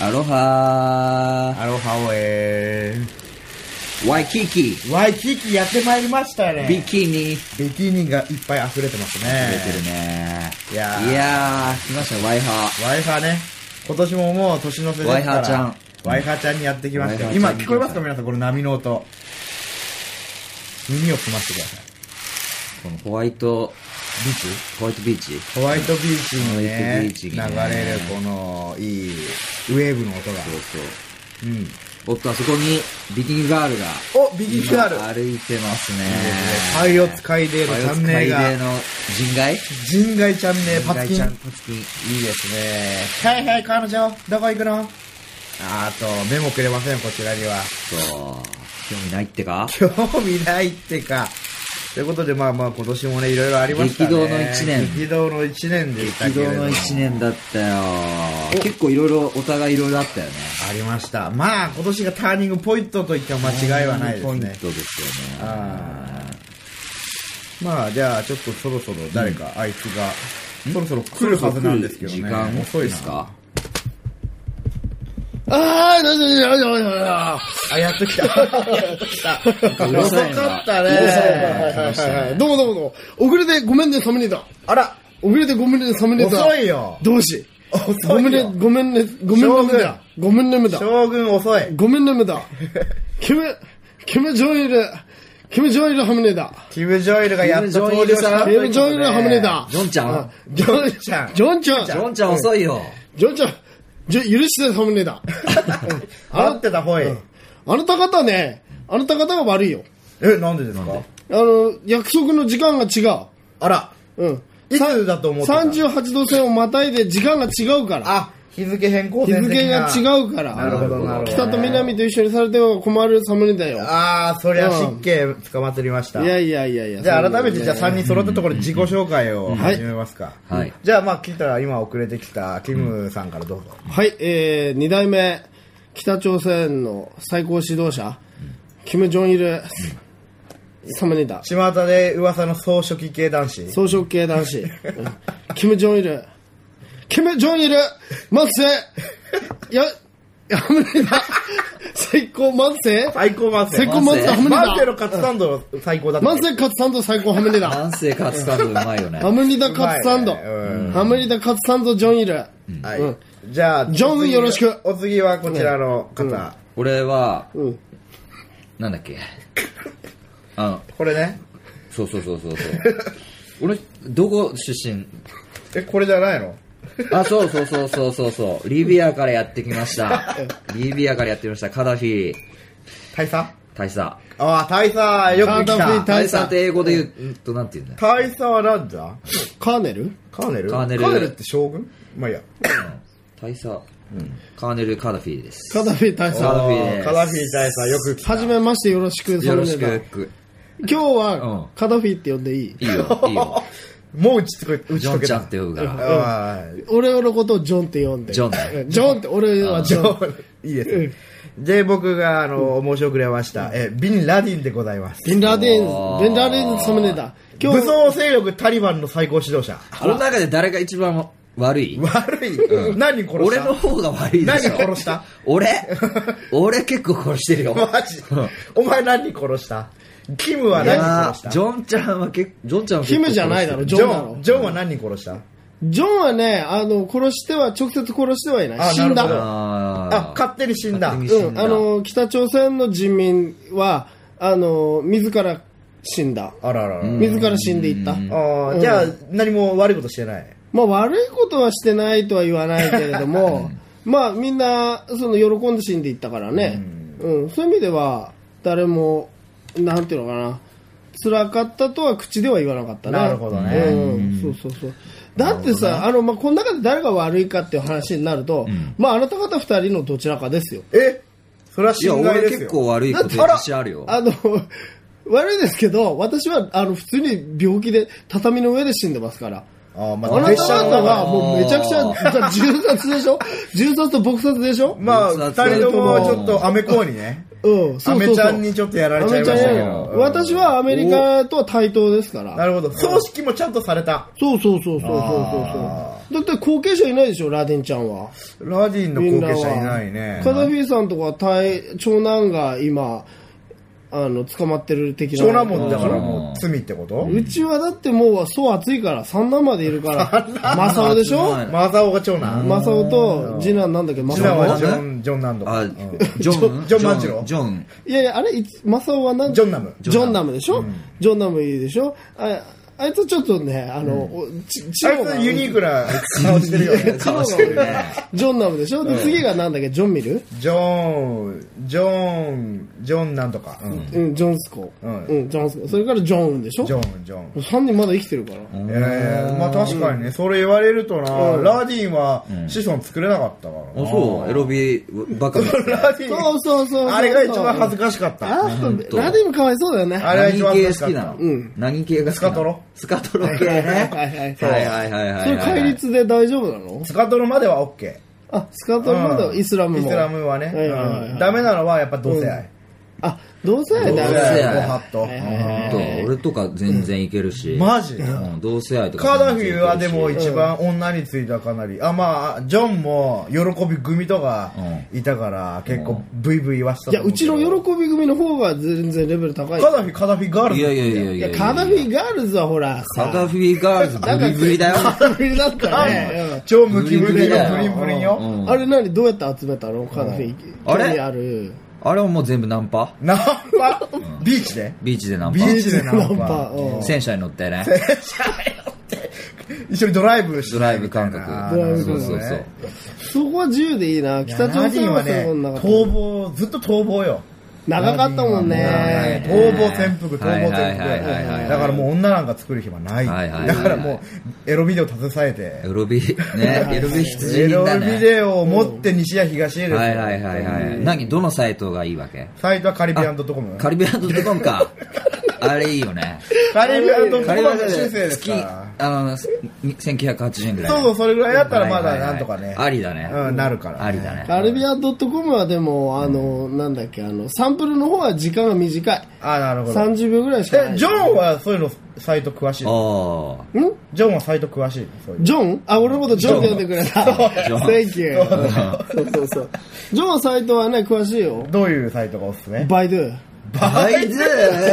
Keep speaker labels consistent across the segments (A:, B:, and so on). A: アロハ
B: アロハオエ
A: ーワイキキ
B: ー。ワイキキやってまいりましたね。
A: ビキニ
B: ビキニがいっぱい溢れてますね。
A: 出てるね
B: いやー
A: いやー来ましたねワイハ
B: ワイハーね。今年ももう年の瀬ですから。
A: ワイハーちゃん。
B: ワイハーちゃんにやってきましたよ
A: ワイハ
B: 今
A: ーちゃんに
B: 聞こえますか皆さん、この波の音。耳を澄ましてください。
A: ーこのホワイト
B: ビー
A: ホワイトビーチ
B: チホワイトビーチに
A: ホワイ
B: ね、
A: トビーチにね
B: 流れるこの、いい、ウェーブの音が。
A: そうそう
B: うん。
A: おっとあそこにビキニガールが
B: お、ビキニガール。
A: 今歩いてますね
B: パイオツカイデーの
A: パイ
B: チ
A: オ
B: ャ
A: ツ
B: ン
A: カ
B: ネ
A: イ
B: ル
A: デー
B: が。
A: の人外
B: 人外チャンネルパツキ
A: 人
B: ン
A: 外。パツキン
B: いいですね。はいはい、彼女、どこ行くのあーと、目もくれません、こちらには。
A: そう興味ないってか
B: 興味ないってか。ということで、まあまあ、今年もね、いろいろありましたね。
A: 激動の一年
B: 激動の一年でした
A: 激
B: けれ
A: 動
B: ども。
A: の1年だったよ
B: お
A: 結構いろいろお互いいろいろあったよね
B: ありました。まあ、今年がターニングポイントといっても間違いはないで
A: ポ
B: す
A: イン
B: ね。
A: トですよね
B: あーまあ、じゃあ、ちょっとそろそろ誰か、あいつが、そろそろ来るはずなんですけどね。
A: 時間
B: 遅い
A: で
B: な
A: す。か
B: あー、どうぞどうぞどうぞどうぞあ、 やっと来た。やっと来た。
A: うる
B: 遅
A: さいな
B: かった
A: う
B: ね
A: るさいな
C: はいはいはいはいどうもどうもどうも。遅れてごめんね、サムネタ。
B: あら、
C: 遅れてごめんね、サムネタ。
B: 遅いよ
C: 同志。
B: 遅
C: ごめん
B: い
C: ね
B: よ、。
C: ごめんね、ごめんね、無駄ごめんね、無駄
B: 将軍遅 い。
C: ごめんね、無駄キム、キム・ジョンイル、キム・ジョンイル・ハムネダ。
B: キム・ジョイルがやっと登場した。
C: キム・ジョンイル・ハムネダ。
A: ジョンちゃん
C: あジョン
B: ちゃん
C: ジョンちゃん。
A: ジョンちゃん遅いよ
C: ジョンちゃん。じゃ許して、サムネダ。
B: 合ってた方へ。
C: あなた方ね、あなた方が悪いよ。
B: え、なんでですか
C: あの、約束の時間が違
B: あら、
C: う。うん。
B: いつだと思ってた
C: 38度線をまたいで時間が違うから。
B: あ、日付変更
C: 日
B: 線的
C: 付
B: な
C: が違うから。
B: なるほど、なるほど。
C: 北と南と一緒にされては困るサムネだよ。
B: あー、そりゃ湿気捕まってりました
C: い。やいやいやいや。
B: じゃあ改めて、じ
C: い
B: ゃ
C: や
B: あ
C: いや
B: 3人揃ったところで自己紹介を始めますか。
A: はいはい
B: じゃあまあ来たら、今遅れてきたキムさんからどうぞ。
C: はい、えー、二代目、北朝鮮の最高指導者、キム・ジョンイル、サムネだ。
B: 巷で噂の草食系男子。
C: 草食系 男子、うんキム・ジョンイル、キム・ジョンイル、万世、や、やめれ だ。最高万世
B: 最高マンセ。
C: 最高万世、ハムネ
B: マンセの
C: だ。
B: カツサンド最高だった。
C: 万世勝つんと最高ハムネだ。
A: 男性カツサン ドうまいよね
C: ハムリダカツサンド。
B: うまいねうん
C: ハムリダカツサンドジョンイル。
B: はい
C: うん
B: じゃあ、
C: ジョンウン
B: お次
C: よろしく
B: お次はこちらの方。
A: 俺は
C: うん。
A: なんだっけあの
B: これね。
A: そうそうそうそうそう俺どこ出身
B: え、これじゃないの
A: あそうそうそうそうそうそうリビアからやってきましたリビアからやってきましたカダフィ
B: 大佐あ
A: 大佐
B: あ、大佐、よく来
C: カーダフ
B: た。
C: ィ
A: 大佐って英語で言ううんとなんて言うんだよ
B: 大佐はなんだ
C: カーネル
B: カーネル
A: カーネル
B: って将軍まあいいや。
A: 大佐カーネル・カダフィです
C: カダフィ大
A: カダ
C: 佐。
A: フィです
B: カダフィ大佐、よく来た。
C: はじめましてよろしく、
A: よろ
C: サ
A: し
C: ムネだ
A: く
C: 今日
A: うん
C: は、カダフィって呼んでいい
A: いいよいいよ
B: もう打ち解け、打
A: ジ
B: ち
A: ョン
B: 解け
A: ちゃん
B: た
A: っ。て呼ぶから
B: はい
C: 俺のことをジョンって呼んで。
A: ジョンね
C: うんジョンって、俺はジョン。
B: いいですね。で、僕が、あの、申し遅れました。え、ビン・ラディンでございます。
C: ビンラデ
A: おー
C: ィン、ビンラディンサムネだ。今
B: 武
C: 日、
B: 装勢力タリバンの最高指導者。
A: この中で誰が一番悪い
B: 悪い。何殺した
A: 俺の方が悪いでしょ
B: 何殺した
A: 俺俺結構殺してるよ
B: マジお前何殺したキムはい
A: や
B: 何殺し
A: ー
B: た
A: ジョンちゃんは結ジョンちゃんは結
C: キ
A: 構
C: ムじゃないだろ、
A: 殺し
C: ジ
B: ジ
C: ョンだろ
B: ョン、。ジョンは何殺した
C: ジョンはね、あの、殺しては、直接殺してはいな
B: あ
C: い。死
B: な
C: ん
A: てる
B: るほど
C: だ。
B: あ
A: あ、ー
B: 勝手に死んだ。
A: 勝手に死
C: うんん、
A: だ
C: あの、北朝鮮の人民は、あの、自ら死んだ。
B: あららら。
C: 自ら死んでいった。
B: あーじゃあ、何も悪いことしてない。
C: まあ悪いことはしてないとは言わないけれども、まあみんな、その喜んで死んでいったからね、うん、そういう意味では、誰も、なんていうのかな、辛かったとは口では言わなかったね。
B: なるほどね
C: うん、そうそうそう。だってさ、あの、まあこの中で誰が悪いかっていう話になると、まああなた方二人のどちらかですよ。
B: えそれはい
A: や
B: 侵害
A: 俺
B: です
A: 結
B: よ。
A: 構悪いこと
C: だって
A: 自信あるよ
C: あの、悪いですけど、私は、あの、普通に病気で、畳の上で死んでますから。
B: あーま
C: あ
B: あ、
C: な
B: 列
C: た
B: 車の中
C: 方はもうめちゃく ちゃ、銃殺でしょ銃殺と撲殺でしょ
B: まあ、
A: うん
B: 二人ともちょっとアメコーにね。
C: うん、そうそうそう
B: アメちゃんにちょっとやられちゃいましたけ
C: アメちゃん
B: ど
C: や。私はアメリカとは対等ですから。
B: なるほど。葬式もちゃんとされた。
C: そうそうそうそうそう
B: あ
C: そう。だって後継者いないでしょ、ラデンちゃんは。
B: ラディンの
C: みん
B: 後
C: なは
B: 継者いないね。
C: カダフィさんとかは大長男が今、あの、捕まってる的な。
B: 長男もだからもう罪ってこと
C: うちはだってもう、そう暑いから、三男までいるから、マサオでしょ
A: うん
B: マザオが長男。
C: マサオと次男なんだっけ、マ
B: 次男
C: サ
B: は
C: オ
B: ジョン、ジョンナンド。
A: あ
B: うん、
A: ジョン
B: ジョン万次郎
A: ジョン。
C: いやいや、あれ、いつマサオは何
B: ジョンナム。
C: ジョンナムでしょ、ジョンナムいいでしょああいつちょっとね、あの、おち知
B: あ
C: 能が
B: いつユニークな顔してるよね。
C: 知能がジョンナムでしょで、次がなんだっけジョンミル
B: ジョン、ジョン、ジョンなんとか。うん
C: うん、ジョンスコ。う
B: うん
C: ん、ジョンスコ。それからジョンでしょ
B: ジョン、ジョン。
C: 三人まだ生きてるから。
B: ええまあ確かにね、それ言われるとな、ラディンは子孫作れなかったから
A: あ、
B: な。
A: そう、エロビばっかり。
B: ラディ
C: そ
B: ン、
C: うそうそう。
B: あれが一番恥ず
C: か
B: かしかった。
C: あー、ラディムかわいそうだよね。
B: あれが一
A: 何
B: 番
A: 系
B: 恥ず
A: 好
B: か
A: き
B: し
A: な
B: かっ
A: の何系が好きな
B: スカ
A: の
B: トロ
A: スカトロ系ね。
C: はいはい
A: はいはいはいはい。
C: それ戒律で大丈夫なの
B: た。スカトロまでは OK。
C: あ、スカートまだイスラムも。
B: イスラムはね、
C: はいはいはい
B: うんダメなのはやっぱ同性愛。
C: あ、同性愛
A: 同
C: ダ
A: 性
C: メ
A: 愛
C: だ。
B: ご法度
C: はいはいはい
A: ほんと俺とか全然いけるし。
B: マジ
A: うん同性愛とか
B: カ
A: 全
B: ダフ
A: 然いけるし。
B: ィはでも一番女についてはかなり、あ、まあ、ジョンも喜び組とかいたから、結構ブイブイ言わせた
C: い
B: と
C: や、
B: 思
C: う
B: うけ
C: ち
B: ど
C: の喜び組の方が全然レベル高い。
B: カダフィ、カダフィガール
A: い
B: ズ
A: やいやいやい
C: い
A: や
C: や、
A: いや。
C: カダフィガールズはほら、
A: カ
C: さ
A: ダフィガールズブリブリだよ。
C: カダフィだったね。
B: 超ムキムキ
A: ブリブリ
B: の
A: だよ
B: ブリンブリン
A: う
B: よ。
C: うん
A: ん
C: あれ何どうやって集めたのカダフィ。
A: あれ
C: 興味ある。
A: あれはもう全部ナンパ
B: ナンパビーチで
A: ビーチでナン
B: ビ
A: パ
B: ーチでナン
C: ナン
B: パ
C: パ。うん
A: 戦車に乗ってね。
B: 一緒にドライブして
A: ドライブ感覚。
C: ドライブ
A: そ
C: 感
A: う
C: 覚
A: そうそう。
C: そこは自由でいいな。北
B: 北
C: 朝
B: 朝
C: 鮮
B: 鮮
C: は
B: は
C: そうい
B: ね
C: うことなかっ、た
B: 逃亡、ずっと逃亡よ。
C: 長かったもんね。
B: 逃亡潜伏、逃亡潜伏
A: はいはいはいはいはいはい
B: だからもう女なんか作る暇ない。
A: はいはいはい
B: だからもう、エロビデオ携えて、
A: エロビ、ね、 エロビ
B: エ
A: 羊人
B: ロ
A: だ
B: ビ
A: ね。
B: デオを持って西や東へですよ
A: はいはいはいはい。何、どのサイトがいいわけ
B: サイトはカリビアンドットコム。
A: カリビアンドットコム か。あれいいよね。
B: カリビアンドット
A: カ
B: コ
A: リビ
B: ム
A: ア
B: は
A: ンド
B: 修正
A: で
B: です
A: 月、
B: か
A: あの、1980円ぐらい。
B: ら。そうそう、それぐらいだったらまだ
A: はいはいはい
B: なんとかね。
A: ありだね
B: うん、なるから。
A: ありだね。
C: カルビア .com はでも、あの、なんだっけ、あの、サンプルの方は時間が短い。
B: あ、なるほど。
C: 30秒ぐらいしかな
B: え
C: い。
B: ジョンはそういうの、サイト詳しい。
A: あ
C: ん
B: ジョンはサイト詳しい。そういう
C: ジョンあ、俺のことジョンって呼んでくれた。
A: ジョン
C: Thank you. そうそうそう。ジョンのサイトはね、詳しいよ。
B: どういうサイトがおすすめ
C: バイドゥ。
A: あ。バイズ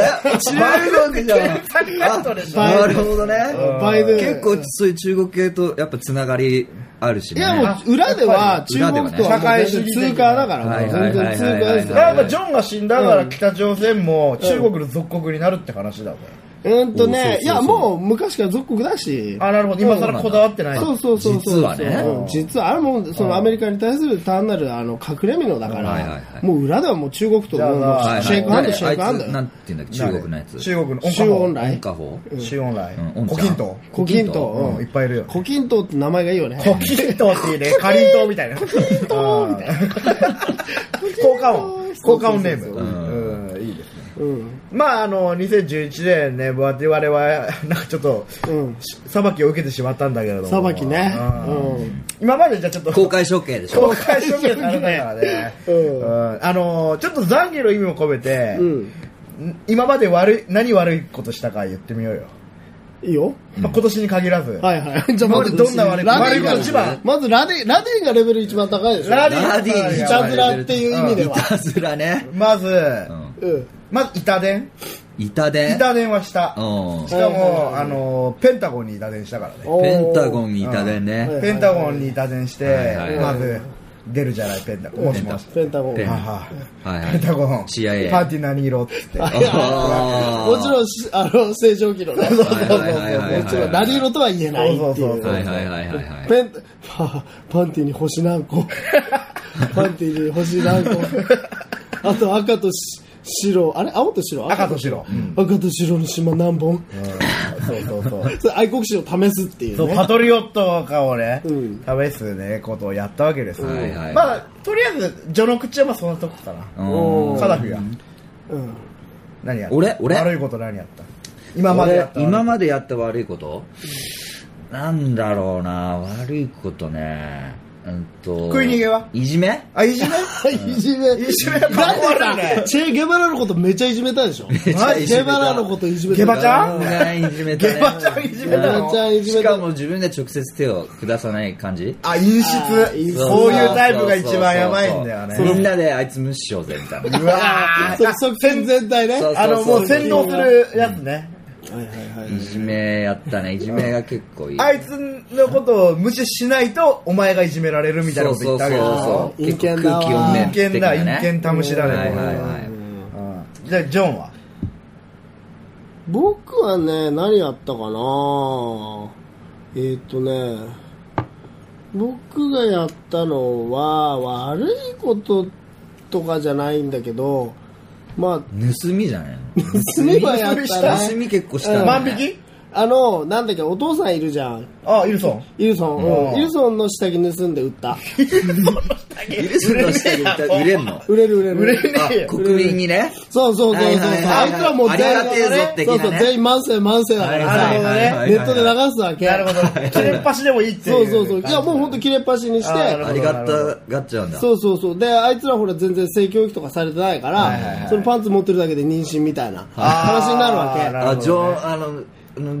A: 中国じゃん。あなるほどね。
C: バイドゥ。
A: 結構そういう中国系とやっぱつながりあるし
C: い
A: ね。
C: やもう裏では中
A: 裏で
C: 国
A: はね
C: とはもう全然通貨だから、
A: はい
C: も
A: は
C: う
A: いはいはい
C: 全然通貨ですよ。
B: なんかジョンが死んだから北朝鮮も中国の属国になるって話だぜ。
C: うんとね、い
A: そうそうそう
C: やもう昔から属国だし。
B: あ、なるほど。今更こだわってない。
C: そうそうそうそう。
A: 実はね
C: うん実はあるもん、そのアメリカに対する単なるあの隠れ身のだか
A: はいはいは
C: ら、
A: い
C: もう裏ではもう中国と
B: じゃあ
C: もう
B: はいはい
C: シェイクハンド、シェイクハ
A: あ
C: ン
A: いつ、な
C: ド。
A: んて言うんだっけ、中国のやつ。
B: 中国の
C: 中音
B: 来。
C: 来。
A: カホ
B: 中音来
A: う。ん
B: 胡錦涛。
C: 胡錦涛。
A: 胡
B: うん、いっぱいいるよ。
C: 胡錦涛って名前がいいよね。
B: 胡錦涛っていうね、かりんとうみたいな。胡錦
C: 涛みた
B: いな。効果音。効果音ネー
C: そ
B: ム。う
C: うそう
B: ん、うんいいですね。
C: うん。
B: まあ、あの、2011年ね、我々は、なんかちょっと、
C: うん。
B: 裁きを受けてしまったんだけれども。
C: 裁きね。
B: うん
C: うん。
B: 今までじゃあちょっと、
A: 公開処刑でしょ
B: 公開処刑されたからね。
C: う
B: うんんあのー、ちょっと懺悔の意味も込めて、
C: うん。
B: ん今まで悪い、何悪いことしたか言ってみようよ。
C: いいよ。
B: まあ、今年に限らず。
C: はい はい。じ
B: 今
C: ゃあま
B: まで
C: ず、
B: どんな悪い
C: ラデ
B: 悪
C: ン
B: い
C: が
B: こと一番。
C: まずラデン、ラデンがレベル一番高いでしょ。
B: ラ
C: デ
B: ディ
A: ラディ
C: ン。
A: ン
C: いたずらっていう意味で
A: い
C: は。
A: たずらね。
B: まず、
A: うん。
C: うん。
B: まず板伝
A: 板で。
B: 板伝はした。
A: うん
B: し。かも、
C: はい
B: あのー、ペンタゴンに板伝したからね。
C: おー
A: ペンタゴンに板で
C: うん
A: ね。
B: ペンタゴンに板伝し
A: はい
B: て
A: はい、は
B: ま
A: い
B: ず、出るじゃない、ペンタゴン。もしもし。
C: ペンタゴン。
A: ペ ン
B: はは
A: はいはい
B: ペンタゴン、
A: CIA
B: パーティー何色っつ って。
A: あー
C: もちろんし、あの、正常期のね。そうそうそう
A: はいはいはいはい
C: もちろん、何色とは言えないって
B: そう
C: い
B: そう
C: う。
B: そう
A: はいはいはいはいはい。
C: ペン、 パパンティに星何個 パンティに星何個あと赤とし白、あれ青と白
B: 赤と白。
C: 赤と白の島何本
B: そうそうそう。
C: それ愛国心を試すってい う
B: そう、
C: ね。
B: パトリオットかをね、
C: うん
B: 試すね、ことをやったわけですよ。
A: はいはい
B: まあ、とりあえず、序の口はまあそんなとこかな。
A: うん
B: カダフィは。
C: うん。
B: 何やった
A: 俺俺
B: 悪いこと何やった今までやった。
A: 俺今までやった悪いことなんだろうな悪いことねううんと
B: 食い逃げはい
A: じめ
B: あ、いじめ
C: いじめ。
B: いじめやっぱ
C: だって
B: 怖いね
C: さ、チェ・ゲバラのことめっちゃいじめたでしょ。
A: ちゃいじめ
C: ゲ
A: た
C: バラのこといじめた。
B: ゲバちゃん
A: もうねいじめたね
B: ゲバちゃんいじめ
C: ゲ
B: たの
C: バちゃんいじ
A: し
C: めた
A: か。も自分で直接手を下さない感じ
B: あ、陰湿
C: あー陰。湿
B: こういうタイプが一番やばいんだよ
A: そうそうそうみん
B: ね。
A: なであいつ無視しようぜみたいな
B: うわ
C: そ
B: ー
C: う側近全体ね。
A: そう
B: あの、もう洗脳するやつね。
C: はいはいはい
A: いじめやったねいじめが結構いい
B: あいつのことを無視しないと、お前がいじめられるみたいなこと言ってあげる
A: そうそう
B: よ。
A: そう
C: 陰
A: 結
C: 険
A: 構
C: だわ
A: 空気読め
B: 陰険だ、陰険たむしだね、
A: はい
B: これ
A: はいは
B: はいうんじゃあ、ジョンは
C: 僕はね、何やったかなえーっ、とね、僕がやったのは、悪いこととかじゃないんだけど、まあ、
A: 盗みじゃないの
C: 盗みはやった
A: 盗
C: ね。
A: み結構したね
B: 万引き
C: あの、なんだっけ、お父さんいるじゃん。
B: あ、イルソン。
C: イルソン、
B: うん
C: うんイルソンの下着盗んで売った。
A: イルスの下にいた売れんの
C: 売れる売れる。
B: 売れね
A: あ
B: えよ。
A: 国民にね
C: そうそうそうそう。
A: はいはいはい
C: あいつらもう
A: あ
C: 全
A: りが
C: 員、
A: てえぞ的な
C: そ
A: ね
C: うそう、全員万世万世だか
A: はい
C: ら、
A: はいはいはいはい
C: ネットで流すわけ。
B: なるほど。切れっ端でもいいって
C: そ
B: いう
C: そうそう。いや、もう本当切れっ端にし
B: あーなるほ
C: て、
A: ありがたがっちゃうんだ
C: そうそうそう。で、あいつらほら全然性教育とかされてないから、
B: はいはいはい
C: そのパンツ持ってるだけで妊娠みたいな
B: あー
C: 話になるわけ。
B: な
A: あ
B: るほどね
A: ジョンあの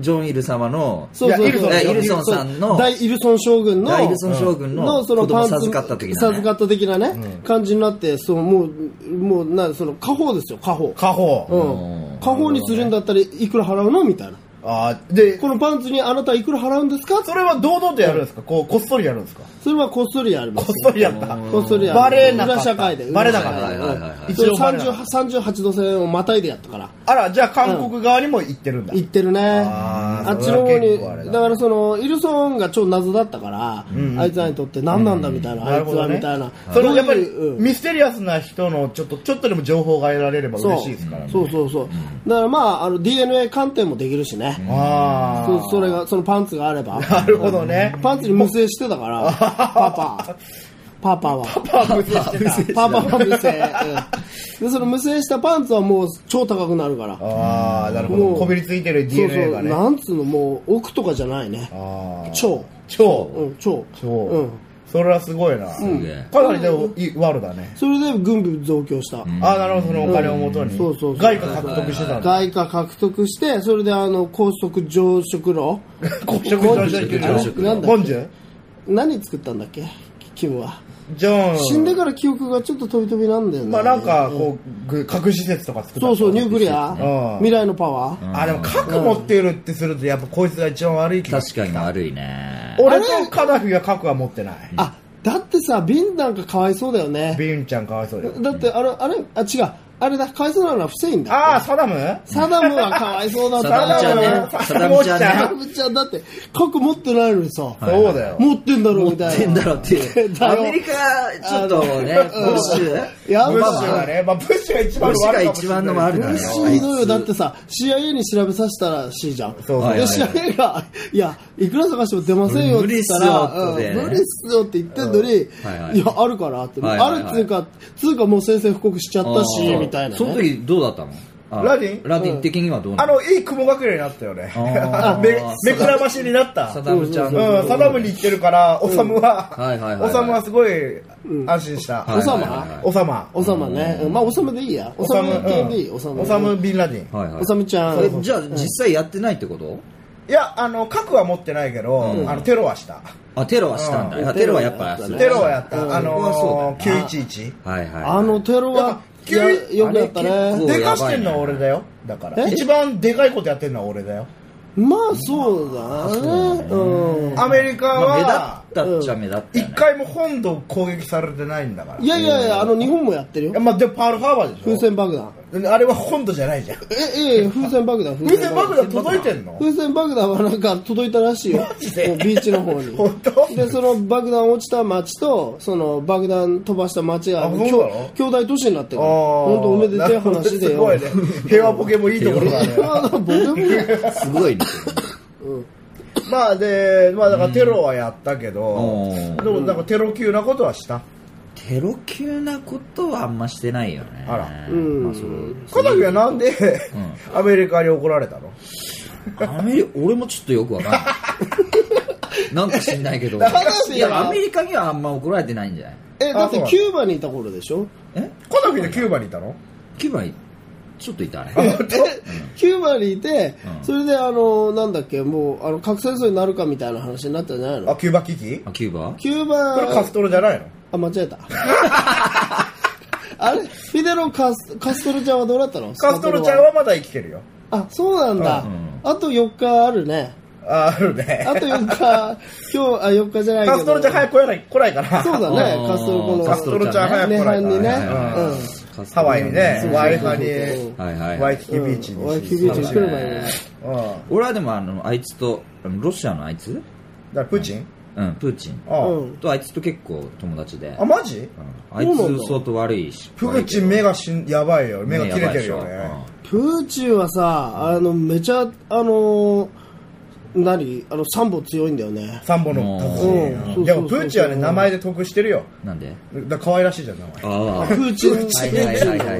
A: ジョン・イル様の
C: そうそうそう。
B: いやイル
A: ソンさんの
C: 大イルソン将軍の。
A: 大イルソン将軍の
C: のその
A: 子供
C: パンツ
A: 授かった的なね
C: 授かった的なね、感じになって、そう、もう、もう、な、その、家宝ですよ、家宝。
B: 家
C: う
B: 宝。
C: ん。家宝にするんだったらいくら払うのみたいな。
B: あーで、
C: このパンツにあなたいくら払うんですか
B: それは堂々とやるんですかこう、こっそりやるんですか
C: それはこっそりやります
B: こっ。そりやった。
C: こっそりやりま
B: バ
C: す
B: レなかった
C: 裏社会で。
B: バレなかった
A: はいはいはいはい
C: 一応
B: 一応バレなかっ
C: 38度線をまたいでやったから。
B: あら、じゃあ韓国側にも行ってるんだ。
C: 行ってるね
B: あ
C: あ
B: ー
C: っちの方
B: それは
C: に
B: 結構あれだ
C: だからそのイルソンが超謎だったから、あいつらにとって何なんだみたいな、
B: な
C: あ
B: る
C: いつ
B: ほど
C: は
B: ね
C: みたいな、
B: それやっぱり、
C: どういううん
B: ミステリアスな人のちょっと、ちょっとでも情報が得られれば
C: そう
B: 嬉しいですからね。
C: そうそうそうだからまああの DNA 鑑定もできるしね、
B: ああ。
C: そそれ。がそのパンツがあれば
B: なるほどね。
C: パンツに無精して たからパパパパは
B: パパ無制してた。
C: パパは無精、うんでその無精したパンツはもう超高くなるから
B: ああ、なるほ
C: も
B: ど。
C: う
B: こびりついてる
C: そうそ
B: DNA が
C: う
B: ね。
C: なんつうのもう奥とかじゃないね
B: ああ。
C: 超う
B: 超。
C: ん超
B: 超。
C: うん
B: それはすごいな。
A: すげえ
B: かなりでも、いワールだね。
C: それで軍備増強した、
B: ああ、なるほど。そのお金をもと
C: う
B: に。
C: んそうそうそう
B: 外貨獲得してたんだ。
C: 外貨獲得して、それであの高速上食炉、
B: 国食上昇給
A: 上昇
B: 料。
A: 給料
C: なんだ
B: ボ
C: っ
B: ン
C: け
B: ジュ
C: 何作ったんだっけ、キムは。
B: ジョン。
C: 死んでから記憶がちょっと飛び飛びなんだよね。
B: まあなんか、こう、ぐ核施設とか作った
C: そうそう、ニュークリ
B: うん
C: ア、未来のパワー。
B: あ、でも核持ってるってすると、やっぱこいつが一番悪い気が
A: 確かに悪いね
B: 俺とカダフィは核は持ってない。
C: あだってさ、ビンなんかかわいそうだよね。
B: ビュンちゃんかわいそうだよ。
C: だってあれ、あれ、あ違う、あれだ、かわいそうなのはフセインだ。
B: ああ、サダム
C: サダムはかわいそうだった
A: サダムちゃん
B: ダム
A: ねサダ
B: も
A: ム
B: ち
A: ち
B: ゃ
A: ゃん
B: ん
C: サダ
A: ね
C: ムちゃんだって、核持ってないのにさ、
B: そうだよ。
C: 持ってんだろみたいな。
A: 変 だろっていう
C: だ
A: ア
C: ろ
A: メリカちょっとねブッシュ
C: やばい
B: ブッシュがね、まあブッシュが一番の悪いかもしれない。
A: ブッシュが一番の悪い
C: ブ
A: な
C: ッシュひどいよ。だってさ、CIA に調べさせたらしいじゃん。
B: そう
A: はい
C: で、
A: はいはい
C: CIA が、いや、いくら探しても出ませんよって言ったら、
A: 無理っすよって
C: うん無理っすよって言ってんのに、
A: はいはい
C: いや、あるからって、
A: はいはいはい
C: あるっつうか、つうかもう先生布告しちゃったし、みたいな、ね。
A: その時どうだったのあ
B: ラディン
A: ラディン的にはどうな
B: あ
A: の
B: の、いい雲隠れになったよね
A: あ。ー
B: めめくらましになった。
A: サダムちゃん
B: うん、サダムに行ってるから、オサムは、
A: はいはいはいはい
B: オサムはすごい安心した。
A: はい
C: はいはい
A: はい
B: オサマ。
C: おさまね。うんまあ、おさまでいいや。おさま系でいい、
B: オ
C: お
B: サ
C: さ
B: ムう
C: ま。
B: んオサム。ビンラディン。
A: はいはい
C: おさみちゃん。
A: えじゃあ実際やってないってこと
B: いや、あの、核は持ってないけど、あの、テロはした。
A: あテロはしたんだ
B: うん
A: いやテロはやっぱする
B: テロはやった。あ
A: ここは
B: の
A: そうだよ
B: ー、911。
A: はいはい
C: あのテロは、い
B: や
C: や
B: っぱ急に
C: よくやった
A: あれ結
C: ね
A: 構。
B: でかしてんのは俺だよ。だから。
C: え
B: 一番でかいことやってんのは俺だよ。
C: まあ、そうだね。うん。
B: アメリカ
A: ま
B: は
A: あ、目立ったっちゃ目立ったよ
B: 一
A: ね
B: 回も本土攻撃されてないんだから。
C: いやいやいや、あの、日本もやってる
B: いや
C: よ。
B: まあ、でもパールハーバーでしょ。
C: 風船爆弾。
B: あれは本土じゃないじゃん。
C: え、ええ、風船爆弾、
B: 風船爆弾届いてんの
C: 風船爆弾はなんか届いたらしいよ。ビーチの方に。
B: 本当
C: で、その爆弾落ちた町と、その爆弾飛ばした町が、
B: あそう
C: 兄
B: なの
C: 兄弟都市になってる
B: あ
C: から。本当おめでてえ話で
B: でよ。 す
C: よ。
B: ごいね。平和ポケもいいところだ ね。
C: あのボケボケ
A: すごいね
B: まあで、まあだからテロはやったけど、
A: うん
B: でもなんかテロ級なことはした。
A: テロ級なことはあんましてないよね
B: あら
C: うん
A: まあそう
B: カダフィはなんで、アメリカに怒られたの
A: アメリ俺もちょっとよくわかんないなんか知んないけど。
C: 正し
A: い
C: いよ
A: や、アメリカにはあんま怒られてないんじゃない
C: え、だって
B: あそう
C: キューバにいた頃でしょ
A: え
B: コナミでキューバにいたの
A: キューバにちょっといたね。
C: キューバにいて、
A: うん
C: それであの、なんだっけ、もう、あの、核戦争になるかみたいな話になったんじゃない
B: あ、
C: の
B: キューバ危機
A: あ、キューバ
C: キュー
B: これ
C: バ
B: カストロじゃないの
C: あ、間違えた。 あれフィデロカスカストロちゃんはどうだったの
B: カストロちゃんはまだ生きてるよ。
C: あ、そうなんだ。
A: うん
C: あと4日あるね。
B: あ、あるね。
C: あと4日、 今日、あ、4日じゃないけど。
B: カストロちゃん早く来ない来ないから。
C: そうだね、
A: うん
C: カストロこの。
A: カ
B: カ
A: ス
B: ス
A: ト
B: ト
A: ロ
B: ロ
A: ち
B: ち
A: ゃ
B: ゃ
A: ん
B: ん
A: ね
B: 早く来ないから
C: ね
B: ね
C: は。いはいはい
B: うん
A: カストロ
B: ハワイにね
A: そう、そう
B: ワイハに
C: そうそう、
A: はいはい
B: ワイキキビーチに。
C: ワイキキビーチに来ればいいね
B: うん。だか
A: 俺はでもあの、あいつと、あのロシアのあいつ
B: らプーチン
A: うん、プーチン。
B: あ
C: うん
A: とあいつと結構友達で。
B: あ、マジ
A: うんあい
C: そうなんだ
A: つ相当悪いし。
B: プーチン目がしん、やばいよ。目が切れてる
A: ね
B: よ
A: やばいで
B: ね
A: し。
C: プーチンはさ、あの、めちゃ、あの、何あの、三本強いんだよね。
B: 三本の達人
C: うん
B: でもプーチンはね、名前で得してるよ。
A: ょなんで
B: だ可愛らしいじゃん、名前。
A: あ
C: プーチン、プー
A: チ
C: チ
A: ン
C: ンだよ
A: はい
C: ね
A: は。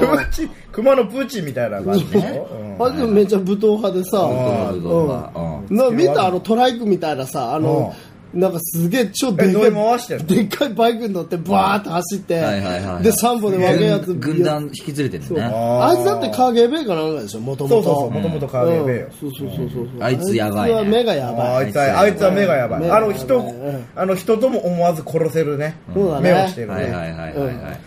B: プーチン、熊のプーチンみたいな感じでしょうん
C: あれでもめっちゃ武闘派でさ、
A: あ。
C: うん
A: どうだうん
C: な見たあのトライクみたいなさ、あの、なんかすげえ超でっ
B: え
C: か
B: ど
C: い、
B: れ回してんの
C: でっかいバイクに乗ってバーって走って、
A: はいはいはいはい
C: で、3本で若いやつ、
A: 軍軍団引き連れてる
C: そう
A: ね。
B: あ
C: あ
B: ー
C: いつだってカーゲーベイかなんかでしょ、もとも
B: そ
C: と。
B: うそうそう、もともとカーゲーベイよ。
C: そうそうそうそうそう。
A: あいつやばいね
C: あいつは目がや
B: あ
C: ばい。
B: いつは、あいつは目がやば
C: 目
B: い。
C: が
B: あ
C: やば
B: の
C: い
B: 人
C: うん、
B: あの人とも思わず殺せるね。
C: そうだね
B: 目をしてる
A: はいはい
B: ね。
A: はいはいはい。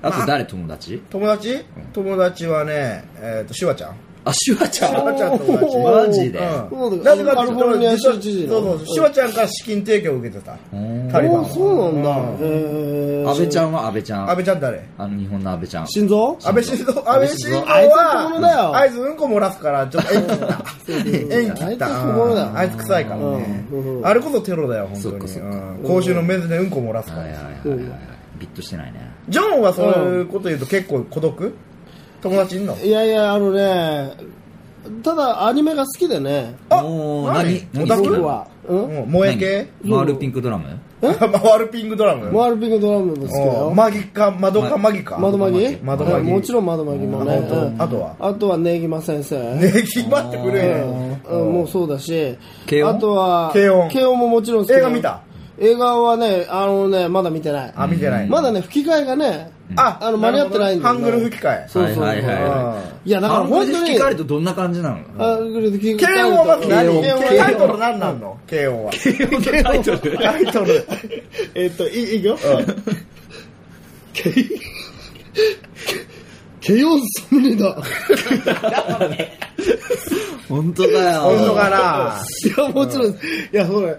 A: あと誰友達
B: 友達友達はね、えっと、シュワちゃん。
A: あ、シュワちゃん。
B: シュワちゃんと友達。
C: おー
A: マジで
C: そうだ
B: う
C: よ
B: ん。なぜかっていう
C: カリフォルニア
B: と、
C: 州
B: そう
C: 知事の
B: そう、シュワちゃんから資金提供を受けてた
A: うん。
B: タリバン
C: お
B: は。
C: そうなんだ。えー、
A: 安倍ちゃんは安倍ちゃん。
B: 安倍ちゃん誰
A: あの日本の安倍ちゃん。
C: 心臓
B: 安倍晋三、安倍晋三
C: あいつの子供だよ
B: は、あいつうんこ漏らすから、ちょっと縁切 った。縁切っ
C: あいつ
B: た。
C: の子供だよ
B: うんあいつ臭いからね
C: うんうん。
B: あれこそテロだよ、
A: そ
B: 本
A: っ
B: 当
A: か
B: に
A: そっか
B: うん。公衆の面でうんこ漏らすか
A: はいはい
B: ら。
A: はいはいはい。ビッとしてないね。
B: ジョンはそういうこと言うと結構孤独友達いんの
C: いやいや、あのね、ただアニメが好きでね、
B: あ
A: おー
B: 何
A: 何
B: オタク
C: 僕は。うん
B: うん萌え系
A: 何回るピンクドラム
B: 回るピンクドラム
C: モアルピングドラムも好きだ
B: うん
C: よ。
B: マギか、マドか、マギか。
C: 窓マギ
B: 窓マギ
C: もちろん窓マギもね。
B: 窓
C: うん
B: あとは
C: あとはネギマ先生。
B: ね、決まってくれよ。
C: うん、もうそうだし、
A: 軽音
C: あとは、
B: 軽音
C: ももちろん好きだ
B: 映画見た
C: 映画はね、あのね、まだ見てない。
B: あ、見てない。
C: まだね、吹き替えがね、
B: あ、
C: あの間に合ってないんだ
B: ハ
C: よね
B: ングル吹き替え。
C: そうそうそう。
A: はいはいは
C: うんいや、だから
A: あの
C: 本
A: で
C: 当
A: 吹
C: に
A: き、替えるとどんな感じなの
C: あこれで吹き替え
B: 慶
C: る
B: 応
C: と
B: はまず
C: 軽
B: 何
C: 音
B: 慶応タイトル何なんの慶応は。
A: タイトル
B: タイトル。
C: えっと、いいいいよ。 ケイオンソムリだ。
A: 本当だよ。
B: 本当かない
C: や、もちろん、いや、ほら、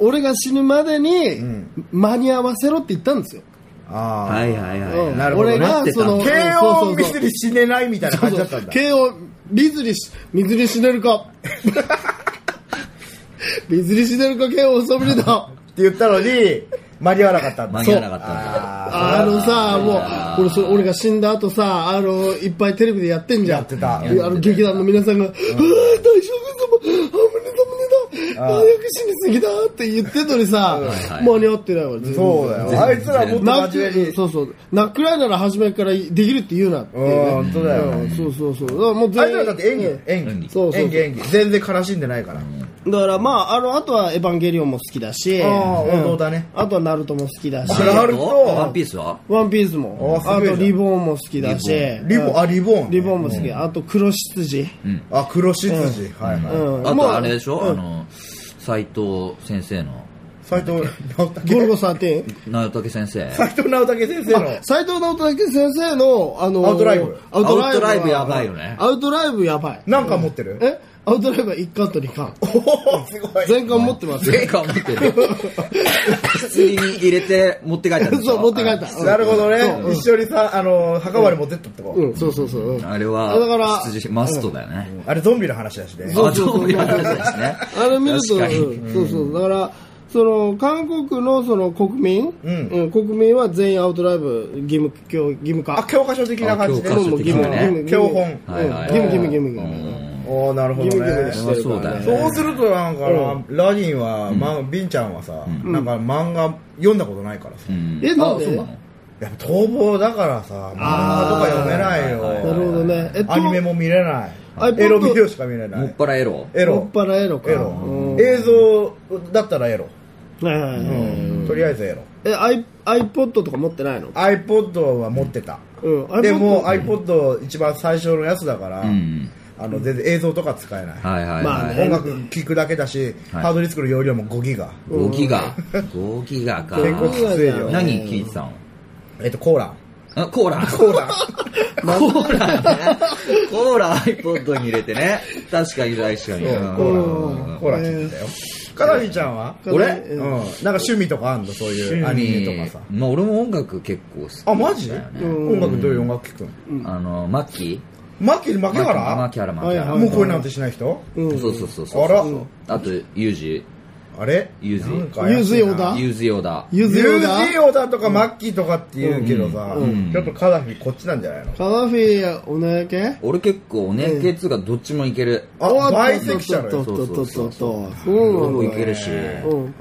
C: 俺が死ぬまでに
B: ん
C: 間に合わせろって言ったんですよ。
B: あ
A: はいはいはい。
C: うん
B: なるほどね
C: 俺が、その、
B: 慶
C: そ
B: 応
C: うそう
B: ミ
C: そう
B: スリ死ねないみたいな感じだったんだ。
C: 慶応、水にし、水に死ねるか。水に死ねるか、慶応、そびれだ。
B: って言ったのに、間に合わなかったんだ。
A: 間に合わなかったんだ。
B: あ
C: あのさ、も
A: あー
C: う、俺、それ、俺が死んだ後さ、あの、いっぱいテレビでやってんじゃん。
B: やってた
C: であの、劇団の皆さんが、ああ、大将軍様、あ、胸だ、胸だ、
B: あー
C: 早く死にすぎだって言ってんのにさ
A: は、い
C: 間に合ってないわ、
B: ー
C: 全然
B: そうだよ。あいつらもっと
C: ナ
B: 真面目
C: ック、
B: に。
C: そうそう。ナックライナーの初めからできるって言うなっていうね。
B: うん本当だよ
C: うんそうそうそう。だからもう
B: あいつらだって演技、演技。
C: そうそうそう
B: 演技、演技。全然悲しんでないから。
C: だからまあ、あの、あとはエヴァンゲリオンも好きだし、
B: ああ、
C: うん
B: 王道だね。
C: あとはナルトも好きだし、
B: あナルト
A: ワンピースは
C: ワンピースも
B: あ、す
C: あ
B: ごいじゃん
C: とリボーンも好きだし、
B: リボン、あ、リボン。
C: リボンも好き、あと黒羊、
B: あ、黒執事。はい
C: うん
B: はい。
A: あ
C: ま
A: とあれでしょ、あの、斎藤先生の、
B: 斎藤直
C: ゴ
B: 武。
C: ルゴ13。
A: 直武先 生。
B: 斎藤直武先生の。
C: 斎藤直人先生の、あの、
B: アウトライブ
C: アウトラ
A: アウ
C: イブは
A: トライブやばいよね
C: アウトライブやばい。
B: なんか持ってる
C: えアウトライブは1巻と2巻。
B: おおすごい。
C: 全巻持ってますよ。
A: 前回持ってる。薬に入れて持って帰ったんでし
C: そ
A: ょ
C: う、持って帰った。うん
B: なるほどね。一緒にさ、あの、墓場に持ってったってこ
C: うん、そうそうそう。うん
A: あれ
C: だから
A: は、出場マストだよね。
B: あれゾンビの話だしね。
A: あ、そういう話ですね。
C: あれ見ると、
A: 確かに
C: うんそうそう、だから、その韓国のその国民、
B: うん
C: うん国民は全員アウトライブ義務教義務
B: あ、
C: 化、
B: 教科書的な感じで。
A: あ教科書的なね
B: 教本。
A: はいはい
C: 義務義務義務義
A: う
C: 務
A: ん
B: おおなるほど
C: 義務義
B: ね
C: 務で。してるから、
A: そう
C: ね、
A: だよ
B: そうするとなんかな、ラニンは、ま、ビンちゃんはさ、なんか漫画読んだことないからさ。
A: うん
C: えなんで
A: あそうの
B: やっぱ逃亡だからさ、漫画とか読めないよ。
A: あー
C: なるほどね、えっと、
B: アニメも見れない
C: iPod。
B: エロビデオしか見れな
A: もっ
B: い。
A: ぱらエロ
B: エ
C: も
B: ロ
C: っ。ぱらエロか、
B: エロ
C: うんうん
B: 映像だったらやろ
C: はいはいはい
B: とりあえずやろ
C: え、I、iPod とか持ってないの
B: iPod は持ってた、
C: うん、
B: で
C: iPod
B: も iPod 一番最初のやつだから、
A: うん。
B: あの全然映像とか使えない、
A: はいはい
C: まあ
A: はい。
C: ね
B: 音楽聴くだけだし、
A: はい
B: ハードディスクの容量も5ギガ、
A: 5ギガ。5ギガか。
B: 結構きついよ
A: 何聞いてたの
B: えっと、コーラ
A: あコーラ。
B: コーラ
A: コーラね。コーラ iPod に入れてね。確かに確かに。
B: そう
A: うん
B: コ
C: ー
B: コーラ聞いてたよカラビーちゃんは
A: 俺
B: うん、
C: う
B: なんか趣味とかあんのそういうアニメとかさ
A: まあ俺も音楽結構好き。
B: あマジ、
C: ん
B: 音楽どういう音楽聴くの
A: あの、マッキ
B: マッキーに負
A: ー
B: け原
A: マッキー原、マッキー
C: はい
A: 原
C: はい
B: もう恋なんてしない人
C: うん
A: そうそうそうそう。
B: あら
A: あと、ユージ。
B: あれ
A: ユージ
B: なんか怪しい
C: ユージオダ
B: な
A: ユージヨダ。
C: ゆず
B: ユ
C: ようだ
B: ージオダとかマッキーとかって言うけどさ、
A: うん
B: ちょっとカダフィこっちなんじゃないの
C: カナフィやおなやけ
A: 俺結構ね、ケツがどっちもいける。
B: あ、バイセクシャ
C: と
B: ル
C: っとっとっとっとそう
A: どこ
C: な
A: も
C: ん
A: い
C: だ
A: けるし。
C: う
A: うん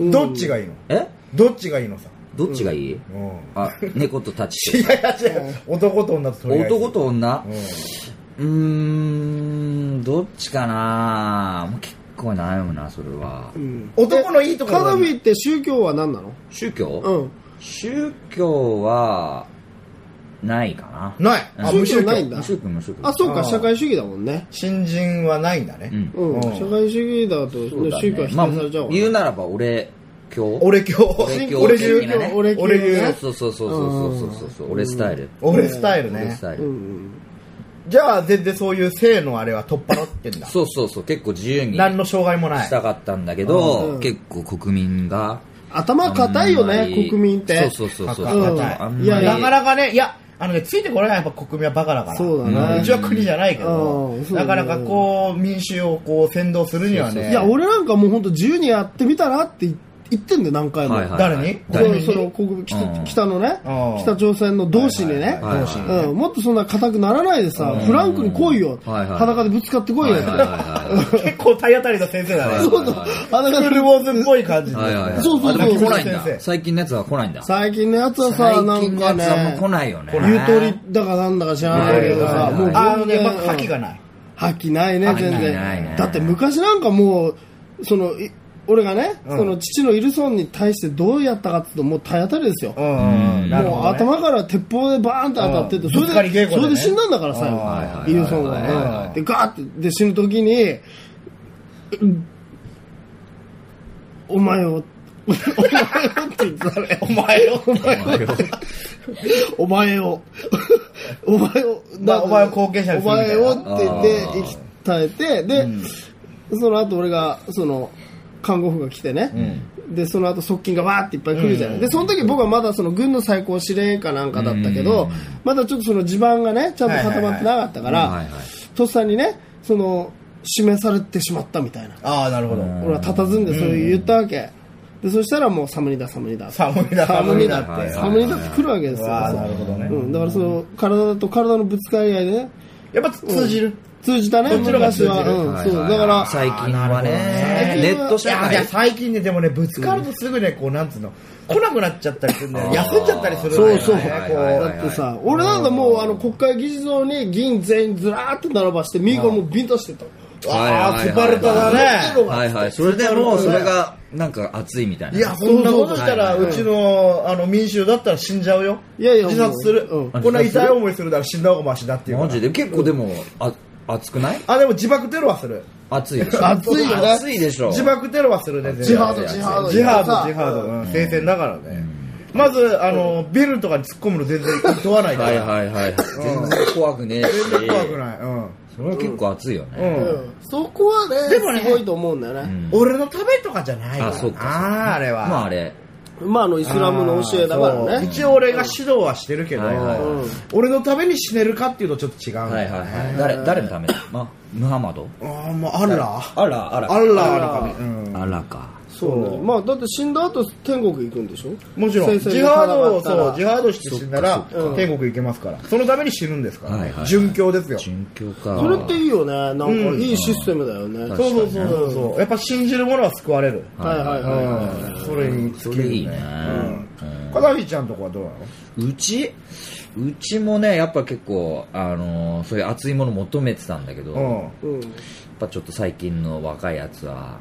C: うん
B: どっちがいいの
A: え
B: どっちがいいのさ、
A: どっちがいい
B: うん、
A: あ、猫とタッチ。
B: いやいや違う男と女ととりあえず
A: 男と女
B: うん
A: うーん、どっちかなもう結構悩むな、それは
C: う。ん
B: 男のいいところ
C: カナフィって宗教は何なの
A: 宗教、
C: うん
A: 宗教は、ないかな。
B: ないあ
A: うん
B: 無宗
C: 宗教ない
B: 教
C: んだ
A: 無宗教、無宗教。
C: あそう
B: あ
C: か
B: ー
C: 社会主義だもんね
B: 新人はないんだね、
A: うん。
C: うん
B: うん
C: 社会主義だと
A: そうだね
C: 宗教は否定
A: まあ
C: されちゃうわ
A: 言うならば俺、教。
B: 俺今
A: 俺
B: 日
A: 教
B: 俺
A: 的
B: 流
A: なね
C: 俺教
B: 俺流
C: ね
A: そうそうそうそうそうそうそう、俺スタイル。
B: 俺スタイル
A: 俺
B: ね
A: スタイ
C: う
A: ル。
C: ん
B: じゃあ全然そういう性のあれは取っ払ってんだ
A: そうそうそう、結構自由に
B: 何の障害もない
A: したかったんだけど、
C: うん
A: 結構国民が。
C: 頭硬いよ
A: あんま
C: ね
A: り
C: 国民って
A: そうそうそうそう。
B: 硬い
A: あんまり
C: いやいや
B: なかなかねいやあのねついてこれないやっぱ国民はバカだから
C: そうだな
B: うんうちは国じゃないけど
C: うんそうだ
B: な
C: ね
B: かなかこう民衆をこう先導するにはね
C: いや俺なんかもう本当自由にやってみたらって言ってんだよ何回も
A: はいはい
B: 誰に
C: そ
A: 誰
C: う
A: に
C: その国北
A: うん
C: 北のね
B: うん
C: 北朝鮮の同志に
A: はい
C: ね
A: はいはい同志にね
C: うんもっとそんな硬くならないでさフランクに来いよ
A: はいはい
C: 裸でぶつかってこいよ
A: はいはいはいはい
B: 結構体当たりの先生だ
A: はい
B: ね
C: そうそう
A: はいはい
B: フ
C: 裸で
B: ルウォーズっぽい感じで
A: はいはいはい。
C: そうそうそう
A: あでも来ないん
B: 先生
A: だ。最近のやつは来ないんだ。
C: 最近のやつは
A: 最
C: さなん
A: 近の
C: か
A: やつはもう
C: ね
A: 来ないよね。
C: ゆとりだかなんだか知らないけど
A: は
C: さ
A: いはいはい
C: もう
B: あのねま
C: 全然
B: あ覇気がない
C: 覇気ないね
A: 覇気
C: 全
A: ないね
C: 然だって昔なんかもうそのい俺がね、
B: うん
C: その父のイルソンに対してどうやったかっていうともう体当たりですよ、
B: うんなるほ
C: もう
B: どね
C: 頭から鉄砲でバーンって当たって
B: う
C: て、
B: ん
C: それ
B: ぶつかり稽
C: で、
B: 古でね
C: それで死んだんだから最
B: うんはいはい
A: は
C: 後、
A: い
C: イルソン
A: はいはい
B: はい
C: が
B: は
C: ね。
B: い
C: で、ガーってで死ぬ時に、うんお前を、 お前をって言ってたね。お前を、お前を。 お前を、お前を、
B: まあお前を後継者に
C: お
B: するみたい
C: 前
B: な
C: をって言って
A: あー
C: 生き耐えて、で、その後俺が、その、看護婦が来てね、でその後側近がわーっていっぱい来るじゃない、
B: うん
C: でその時僕はまだその軍の最高司令かなんかだったけど、まだちょっとその地盤がねちゃんと固まってなかったから、
A: はいはいはい
C: とっさにねその示されてしまったみたいな、
B: ああなるほど
C: 俺は佇んでそれ言ったわけ、でそしたらもう寒いだ寒いだ
B: 寒いだ
C: 寒
A: 寒い
C: いだ
A: だっ
C: ってて寒いだって来るわけですよ、
B: わあなるほどね
C: うん、だからその体と体のぶつかり合いでね
B: やっぱ通じる
C: 通じたね
B: どっちの方が通
C: 昔
B: じる
C: は、うん
A: はいはい
C: そうだから
A: 最近はね
C: あーなるほどね、
A: ネット社
B: いやいや
A: 会。
B: 最近ねでもねぶつかるとすぐねこうなんつうの来なくなっちゃったりするんだよ休んじゃったりするんだよ
C: そ
B: ね
C: うそう、
A: はいはいはい
B: こ
C: だってさ、俺なんかもうあの国会議事堂に議員全員ずらーっと並ばして、右がもうビンタしてた。
B: うああ
A: はいはいはい
B: スパルタだね
A: はいはい。それでもうそれがなんか熱いみたいな。
B: いや、そんなことしたら、
A: はいは
B: う
A: い
B: ちの、あの、民衆だったら死んじゃうよ。
C: いやいや
B: 自殺する。
C: もううん
B: こんな痛い思いするなら死んだ方がマシだっていうから。
A: マジで結構でも、あ、熱くない
B: あ、でも自爆テロはする。
A: 熱いでしょ。
C: 熱いよね
A: 熱いでしょ。
B: 自爆テロはするね、全然
C: ジハード、ジハード。
B: ジハード、
C: さ
B: ジハード。うん、聖戦だからね。まず、あの、ビルとかに突っ込むの全然問わないか
A: はい
B: ら。
A: はいはい。全然怖くねえし。
B: 全然怖くない。うん。
A: それは結構熱いよ
B: う
A: ね。
B: ん
C: うんそこはね、
B: でもね
C: すごいと思うんだよね。
B: 俺のためとかじゃないから
A: あ、そうか。
B: あーあれは。
A: まああれ。
C: まああの、イスラムの教えだから
B: そう
C: ね。、
B: 一応俺が指導はしてるけど
A: はいはいはい
B: 俺のために死ねるかっていうとちょっと違うん
A: は
B: だ
A: いはい
B: よね。
A: はい。誰、誰のためだま、ムハマド
B: ああ、もう、あら。
A: あら、あら。
B: アッラーの神、うん
A: あらか。
C: そうね。まあだって死んだ後、天国行くんでしょ
B: もちろん
C: 先生
B: ジ
C: に
B: ハードを
C: 戦ったら
B: そうジハードして死んだら
C: そっか
B: 天国行けますからそのために死ぬんですから、
A: はいはいはい
B: 殉教ですよそう
A: 殉教か。
C: それっていいよね。なんかいいシステムだよね。
A: ん
B: そうそうそうそうやっぱ信じる者は救われる、
C: はいはいはいはい。
B: うんそれに尽
A: そ
B: き
A: れ
B: る
A: いいね
B: ね。カダフィちゃんとこはどうなの
A: うちうちもね、やっぱ結構、あのーそういう熱いもの求めてたんだけど、
B: う
A: やっ
B: ん。
C: うん。
A: ぱちょっと最近の若いやつは、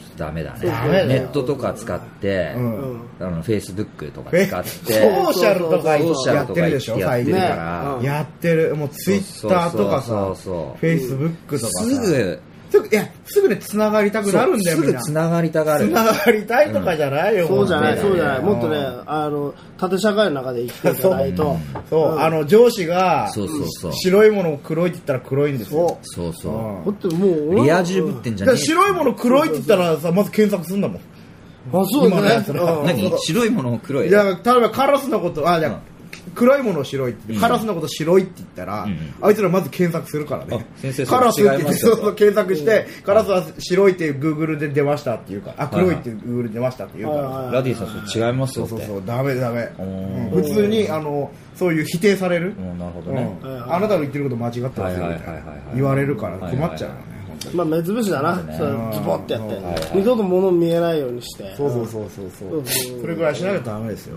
A: ちょっとダメだね。
C: ダメだよ
A: ネットとか使って、
B: うん
C: うん。
A: あの、Facebook とか
B: え
A: 使って、
B: ソーシャルとか
A: ソーシャ
B: や
A: ル
B: っ
A: と
B: て
A: かや
B: るで
A: っ
B: しょ、
A: て
B: 最
A: る
B: 近
A: か。
C: ね
A: ら、
C: うん
B: やってる。もうツイッターとかさ、
A: そうそうそう
B: フ
A: そう
B: ェイスブックとかさ。
A: すぐ、
B: すぐ、いや、すぐね、繋がりたくなるんだよ、
A: そうすぐ
B: みんな。
A: 繋がりたがる。
B: 繋がりたいとかじゃないよ、
C: そうじゃない、
B: も
C: そう
B: ね
C: うじゃない。もっとね
B: う、
C: あの、縦社会の中で生きていかないと。
B: んそう、あの、上司が、
A: そうそうそう。
B: 白いものを黒いって言ったら黒いんですよ
C: そ。
A: そう
B: う
A: そ
C: うんだってもう、
A: う。リア充ぶってんじ
B: だ
A: ゃね
B: から
A: え。
B: 白いもの黒いって言ったらさ、まず検索すんだもん。
C: あ、そう
B: 今の
C: だ
B: や
C: ね
B: つ。
C: うん
B: な
A: 何白いものを黒い。
B: いや、例えばカラスのこと、あ、じゃあ
A: うん
B: 黒いものを白いって、
A: うん
B: カラスのこと白いって言ったら、
A: うんうん
B: あいつらまず検索するからね
A: あ。先生そ
B: カ
A: れ
B: ラスって言っ
A: 違い
B: て、
A: ます
B: そ
A: よ
B: うそう検索して、カラスは白いってグーグルで出ましたっていうから、あ、
A: はいはい
B: 黒いってグーグルで出ましたっていうか
C: はいはい
B: ら。
A: ラディさん、それ違います
B: そ
A: よ
B: う
A: って。
B: そうそう、ダメダメ。
A: お
B: う
A: ー
B: ん普通に、あの、そういう否定される。
A: うんなるほど
B: う
A: ね。
B: んあなたの言ってること間違ってますよみたい
A: はいはい
B: な
A: はいはい
B: 言われるから困っちゃうよね。本当に
C: まあ、目つぶしだな。
A: ね
C: それズボってやっ
B: うんはい
A: は
C: て。
A: い
C: 二度と物見えないようにして。
B: そうそうそうそうそ
C: うん
B: う。それぐらいしないとダメですよ。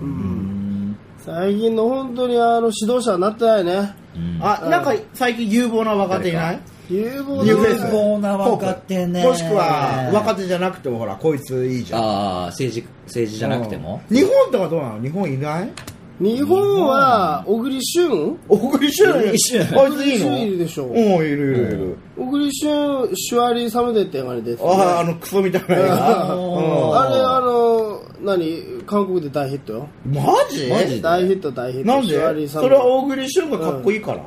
C: 最近の本当にあの、指導者になってないね。
B: あ、なんか最近有望な若手いない
C: 有望
B: 有
A: 有
B: 名
A: 望な若手ね。
B: もしくは若手じゃなくてもほらこいついいじゃん
A: ああ、政治、政治じゃなくても
B: うん日本とかどうなの日本いない
C: 日本は、小栗旬
B: 小栗旬
A: 小栗旬
B: あいついい
C: 小栗旬いる
B: の
C: でしょ
B: うんいるいるいる
C: 小栗旬、シュワリーサムデーって映画に出てたね
B: あああのクソみたいなやつ
C: あ
A: ー
C: あれ、あの、何韓国で大ヒットよ。
B: うんマジ
A: マジで
C: 大ヒット、大ヒット。
B: なん
C: シュワリ
B: で
C: ーサ
B: そ
C: ムデー
B: れは小栗旬がかっこいいから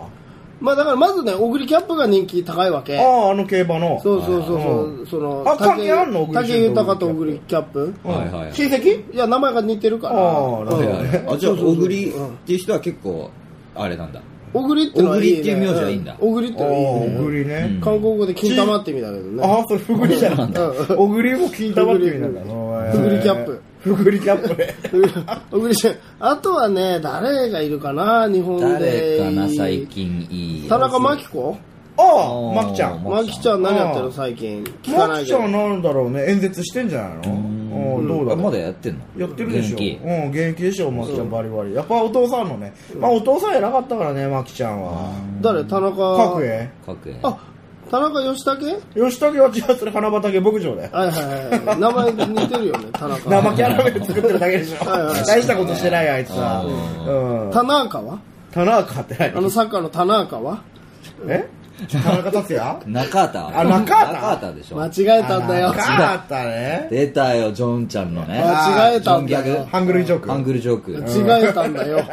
C: まあだからまずね、小栗キャップが人気高いわけ。
B: あああの競馬の
C: そうそうそうそう、
B: う
C: その
B: あ関係あんの小栗
C: 竹
B: 旬と
C: 豊と小栗キャップ
B: うん
A: はいはいはい
B: 親戚
C: いや名前が似てるから
B: ああなるほ
A: はい
B: ど
A: はい
B: ね
A: はいあ、じゃあ、
C: そうそうそ
A: 小
C: う
A: 栗っていう人は結構、あれなんだ。
C: 小栗ってのはいい、
A: 小栗
C: ね、
A: っていう名字はいいんだ
C: 小栗って
B: ああ
C: のはいい、ね、
B: 小栗
A: うん
B: ね
C: 韓国語で金玉って意味だけどね
B: ああそれふぐりじゃなん
C: うん
B: 小栗も金玉って意味なんだ
C: ふ
B: な
C: ふぐりキャップ
B: ふぐりキャップね
C: 小栗旬あとはね誰がいるかな日本で
A: 誰かな、最近いい。
C: 田中真紀子
B: ああマキちゃん
A: マ
C: 真紀ちゃん何やって
B: あ
C: る
B: あ
C: 最近聞かな
B: マ
C: い
B: キ
C: け
B: ち
C: ど
B: ゃんなんだろうね演説してんじゃないのうんどうだ
A: あ
B: ろ
A: ま
B: う
A: だやってんの
B: やってるでしょ
A: 元気
B: うん現役でしょマキちゃんバリバリやっぱお父さんのねまあお父さん偉かったからねマキちゃんは
C: 誰田
B: 角
C: 中
B: 栄
A: 各園。
C: あ田中義武
B: 吉武は違うそれ花畑牧場だよ
C: はいはいはい名前似てるよね田中
B: 生キャラメル作ってるだけでしょ
C: はいはい
B: 大したことしてないあいつはうん
C: 田中は
B: 田中って
C: あの
B: 何
C: サッカーの田中は
B: え田中達也
A: 中畑。
B: あ中畑
A: 中畑でし
C: 間
A: ょ。
C: 違えたんだよ
B: 田中だったね
A: 出たよ、ジョンちゃんのね。
C: 間違えたんだ
A: ジョン
C: よ
A: ギャグ
B: ハングルジョーク
A: アングルジョーク。
C: 間違えたんだよ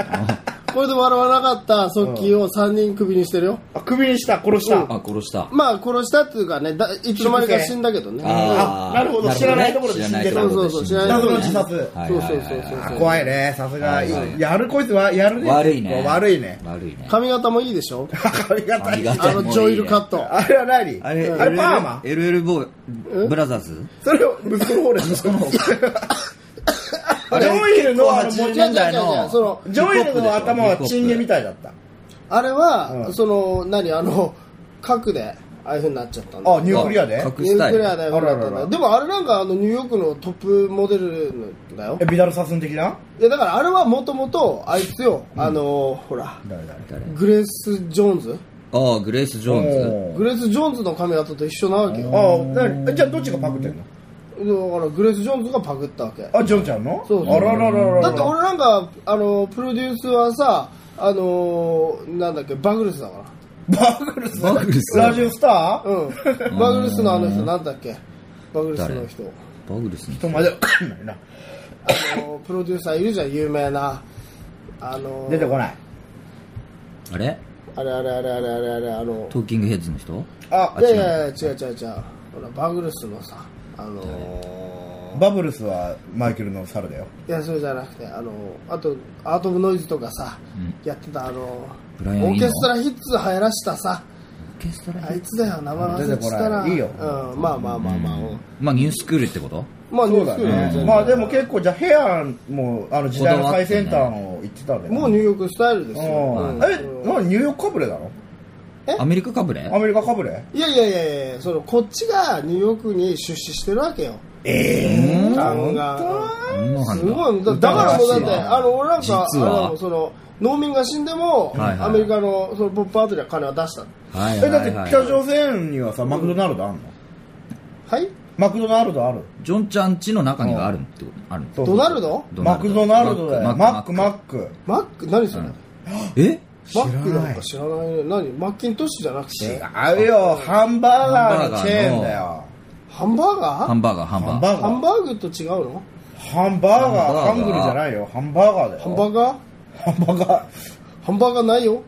C: これで笑わなかった側近を3人クビにしてるよ
B: あ首にした殺した
A: あ、殺した。
C: まあ殺したっていうかねだいつの間にか死んだけどね
A: あー
B: なるほど知らないところで
A: 知ら
B: 死ん
A: な
B: で
A: い
B: る
A: ところで
C: そ
A: 死ん
C: うそうそう知
A: で
C: ら
A: る
C: ない
B: 謎の自殺
A: はい
C: そう
A: は
C: そ
A: いうは
C: そうそう
A: い
B: あ怖いねさすがやるこいつはやるね
A: 悪いね。
B: 悪いね
A: 悪いね。
C: 髪型もいいでしょ
B: 髪型いい
A: 髪型
C: あのジョイルカット
B: あれは何
A: あれ、
B: あれパーマ
A: ?LL ボーイ、ブラザーズ
B: それを息子の方で息子の方 ジ
A: あれ
B: ョイルのあの
A: 結構
B: も
A: 80
B: う
C: 違う違う違うその
B: ジョイルの頭はチンゲみ
A: い。
B: たいだった
C: あれ
B: う
C: は
B: ん
C: その何あの核でああいうふうになっちゃったんだ
B: あニュークリアで
A: 隠
C: ニュ
A: し
C: ー
A: た
C: クレア
A: い。
C: だよ
B: あららら
C: でもあれなんかあのニューヨークのトップモデルのだよ
B: えビダルサスン的ない
C: やだからあれはもともとあいつよあのほら
B: 誰誰
A: 誰
C: グレース・ジョーンズ
A: ああ、グレース・ジョーンズ。
C: グレース・ジョーンズの髪型と一緒なわけよ
B: あ誰じゃあどっちがパクってんの
C: だからグレース・ジョーンズがパクったわけだ
B: あジョンちゃんの
C: そうそう
B: あらららららら
C: って俺なんかあのプロデュースはさあのなんだっけバグルスだか
B: バグルス
A: バグルス
B: ラジオスタ
C: ら
B: ー
C: う んバグルスのあの人なんだっけバグルスの人
A: バグルスの
B: ちょっと待てわかんないな
C: あのプロデューサーいるじゃん有名なあの
B: 出てこない
A: あれ
C: あれあれあれあれあれあれあの
A: トーキングヘッズの人
B: あ
C: いやいやいや違う違う違うほらバグルスのさあの
B: バブルスはマイケルの猿だよ
C: いやそれじゃなくてあのあとアート・オブ・ノイズとかさ、やってたあのオ
A: ブライアンイーノ
C: ーケストラヒッツ流行らしたさ
A: オーケストラ
C: あいつだよ名前忘れてた
B: 出てこ
C: ら
B: ないいいよ
C: うん、まあまあまあまあ、うん
A: まあ、ニュースクールってこと
C: まあニ
B: そう
C: ューヨー
B: だ
C: クよ全
B: ね。
C: 然
B: まあでも結構じゃあヘアもあの時代の最先端を行ってたんだよね。
C: もうニューヨークスタイルですよ、
B: うんえ、なにニューヨークかぶれなの？
C: え
A: アメリカかぶれ
B: アメリカかぶれ？
C: いやいやいやいやそのこっちがニューヨークに出資してるわけよ
B: え
C: ガンガン
A: そんなのあん
C: す
A: だ
C: ごいだだからもうだって
B: 疑わしい
C: あの俺なんか
A: 実は
C: あのその農民が死んでも、
A: はいはい
C: アメリカのそのポップアートには金は出したの
A: はい
B: え、だって
A: はい
B: 北
A: はい。
B: 朝鮮にはさ、マクドナルドあんの
C: はい
B: マクドナルドある
A: ジョンちゃんちの中にはあるってことある
B: そうそう
C: ドナルド
B: マクドナルドだよ。マ
A: マッ
B: ッ
A: ク
B: ク、マック。
C: マック何それ、
A: え
B: 知
C: マ
B: ら
C: ックな
B: なんい
C: か。知らないね何マッキントッシュじゃなくて
B: 違うよ、ハンバーガーのチェーンだよ。
C: ハンバーガ
A: ハ
C: ー
A: ンバーガー、ハン
B: ハン
A: バーガー。
B: バー
C: ハ
B: ガ
C: ン
B: ー
C: バーグと違うの
B: ハンバーガー、
A: ハ
B: ハ
A: ンバーガー
B: ングルじゃないよ。ハンバーガーだよ。
C: ハンバーガー
B: ハンバーガー。
C: ハンバーガーないよ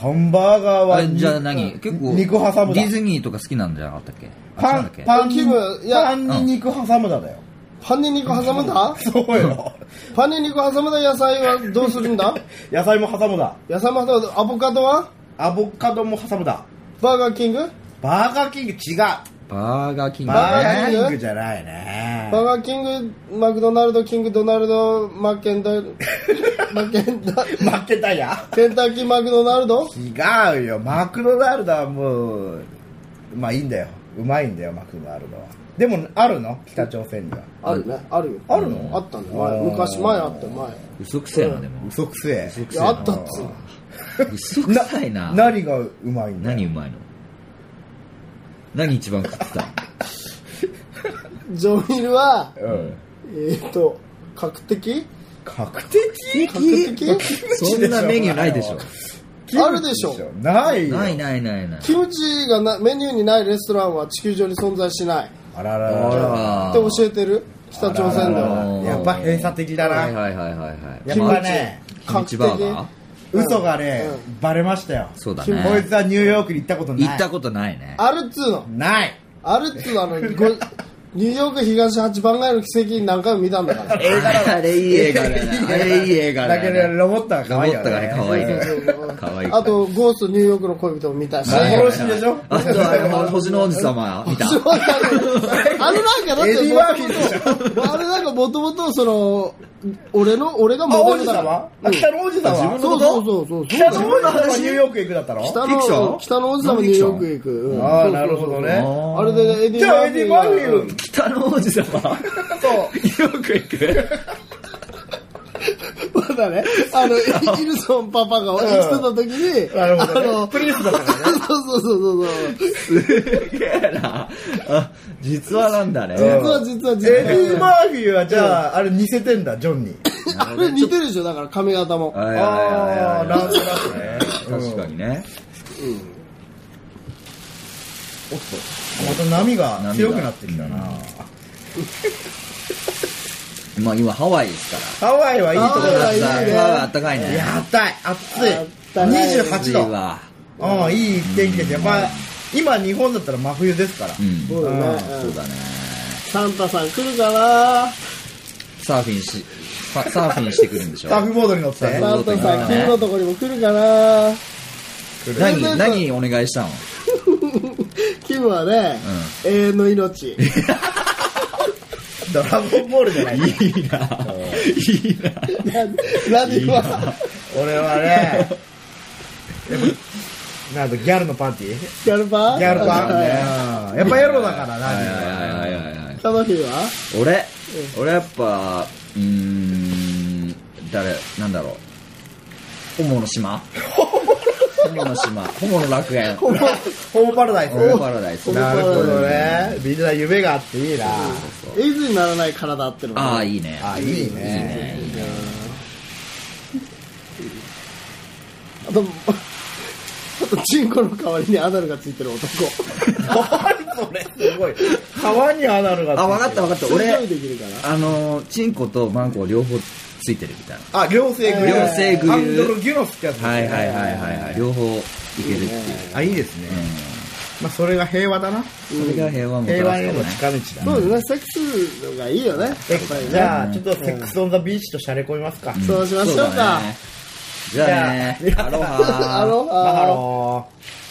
B: ハンバーガー
A: あ
B: は
A: れ
B: 肉、
A: じゃあ何結構、
B: 肉挟む
A: ディズ
B: だ。
A: ニーとか好きなんじゃなかったっけ
B: パ
A: あ違うんだっ
B: ン
A: け、
B: パン
C: 気
B: に、
C: 分いや
B: パンに肉挟むだだよ。
C: パンに肉挟 むだ
B: そうよ。
C: パンに肉挟むだ野菜はどうするんだ
B: 野菜も挟むだ。
C: 野菜も挟むだアボカドは
B: アボカドも挟むだ。
C: バーガーキング
B: バーガーキング違う。
A: バーガーキングね。
B: バーガ
C: ー
B: ー
C: キ
B: キ
C: ン
B: ン
C: グ
B: グじゃないね。
C: バーガーキングマクドナルドキングドナルドマッケンダマッケン ダ
B: 負けたや。
C: ケンタッキーマクドナルド
B: 違うよ。マクドナルドはもう、まあいいんだよ。うまいんだよ、マクドナルドは。でも、あるの北朝鮮には。
C: あるねあるよ
B: あるの
C: あったんだ前昔前あったよ前
A: 嘘くせえな、でも。
B: 嘘くせえ。
A: 嘘く
C: い
A: せえな
C: やあったっつうの
A: 嘘くさいな。
B: 何がうまいんだよ
A: 何うまいの何一番食ってた
C: ジョミルは
B: うん。
C: えっと角的
B: 確
C: 角的
A: そんなメニューないでしょ。
C: あるでしょ
B: ないよ。
A: ないないないない。
C: キムチがなメニューにないレストランは地球上に存在しないって
B: あらら
A: あ
B: らら。
C: 教えてる北朝鮮で
B: あらら
C: は
B: らやっぱ閉鎖的だな
A: はいはいはいはいはい。
B: やっぱね、
A: キムチバーガー
C: 確
B: 嘘がね、バレましたよ。
A: そうだ
B: こい
A: ね
B: つ。はニューヨークに行ったことない。
A: 行ったことないね。
C: あるっつうの
B: ない。
C: あるっつうのあのごニューヨーク東八番街の奇跡何回も見たんだから
A: 映画だあれいい映 画だね。あれいい映画だ
B: だ
A: ね。
B: けど、ロボットが可愛いよ
A: ロボット
B: ね。
A: がね可愛いね可愛い
C: あとゴーストニューヨークの恋人も見たし
B: はいはいはい殺しでしょ
A: あとあの星の王子様見た。
C: そうなんだよあのなんかだっ
B: エデ
C: て
B: ィマーフィ
C: もあれなんかもともとその俺の俺が
B: あ、
C: モ
B: 王子
C: デルだから
B: 様あ、北の王子様
A: あ自分
C: そうそうそうそう
B: 北の王子様がニューヨークへ行くだったの
A: フ
C: 北
A: ィクショ
C: の
A: ン
C: 北の王子様ニューヨークへ行く、うん
B: ああ、
C: そう
B: な
C: そ
B: る
C: うそう
B: ほどね。
C: あれでエディ・
B: じゃあ、エディ・マーフィー、
C: が
A: 北の王子様そう。よく行く。
C: まだね、あの、イルソンパパが生きてた時に、
B: なるほどね
C: あの、
B: プリンスだからね
C: そうそうそうそう。
A: すげえな。あ、実話なんだね。
C: 実は実は実
B: エディ・マ
C: は。
B: ーフィーはじゃあ、あれ似せてんだ、ジョンに。
C: あれ似てるでしょ、だから髪型も。
A: はいはい
B: ああ、
A: はいは
B: なんとなくね。
A: い。確かにね。
B: おっと、また波が強くなってきたな。
A: まあ今ハワイですから。
B: ハワイはいいとこ
C: ハワイ
B: だっ
C: いいね
A: ハワイあったかい
B: た。
A: ね。
B: いや、ったい、
C: 暖かい
B: 暑い。28
A: 暑い
B: 度。
A: わ
B: うん、いい天気で。まあ、今日本だったら真冬ですから。
A: うん。
C: そうだね
B: あ
C: う
A: そ
C: ん
A: うだね。
C: サンタさん来るかな
A: サーフィンし、ササーフィンしてくるんでしょ
B: サーフボードに乗って。
A: え
C: サンタさん、君のとこにも来るかな
A: 何、 何お願いしたの
C: キムはね、永遠 の命。
B: ドラゴンボールじゃない。
A: いいな。いいな。
C: ラジオは、
B: 俺はね、やっぱなんだギャルのパンティギ
C: ギャルパン
B: ャルパンティね。やっぱエロだからな、
A: はい
B: 自分は
A: はいはいはいはい。
C: タマフィーは
A: 俺、俺やっぱ、うーん、誰、なんだろう。ホモの 島ホモの島。ホモの楽園。ホモ
B: ホームパラダイス。
A: パラダイス。
B: なるほどね。みんな夢があっていいな。
C: エイズにならない体っての
A: あ
C: が
A: あ、いいね。
B: あ、い
A: いい
B: いね。
A: ね。いいね
C: あと、あと、チンコの代わりにアナルがついてる男。
B: 何それすごい。川にアナルがついてる。
A: あ、わかったわかった。
C: それ用意
A: 俺、
C: できるかな
A: あの、チンコとマンコ両方ついてるみたいな。
B: あ、両性具。
A: 両性具
B: ハンドルギュノスってやつですね。
A: はいはいはいはいはい。両方いけるっていう。
B: あ、いいですね。まあ、それが平和だな。
A: それが平和もた
B: 平和
A: らす
B: へ
A: よ
B: の
A: ね。
B: 近道だ。
C: そうですね、セックスのがいいよね。やっぱり
B: じ
C: ね。
B: ゃあ、ちょっとセックスオンザビーチとしゃれ込みますか。
C: そうしましょ
A: そ
C: う
A: うだ
C: か。
A: ね。じゃあね。アロハ
C: あの、
B: マハ
C: あの、
B: ロー。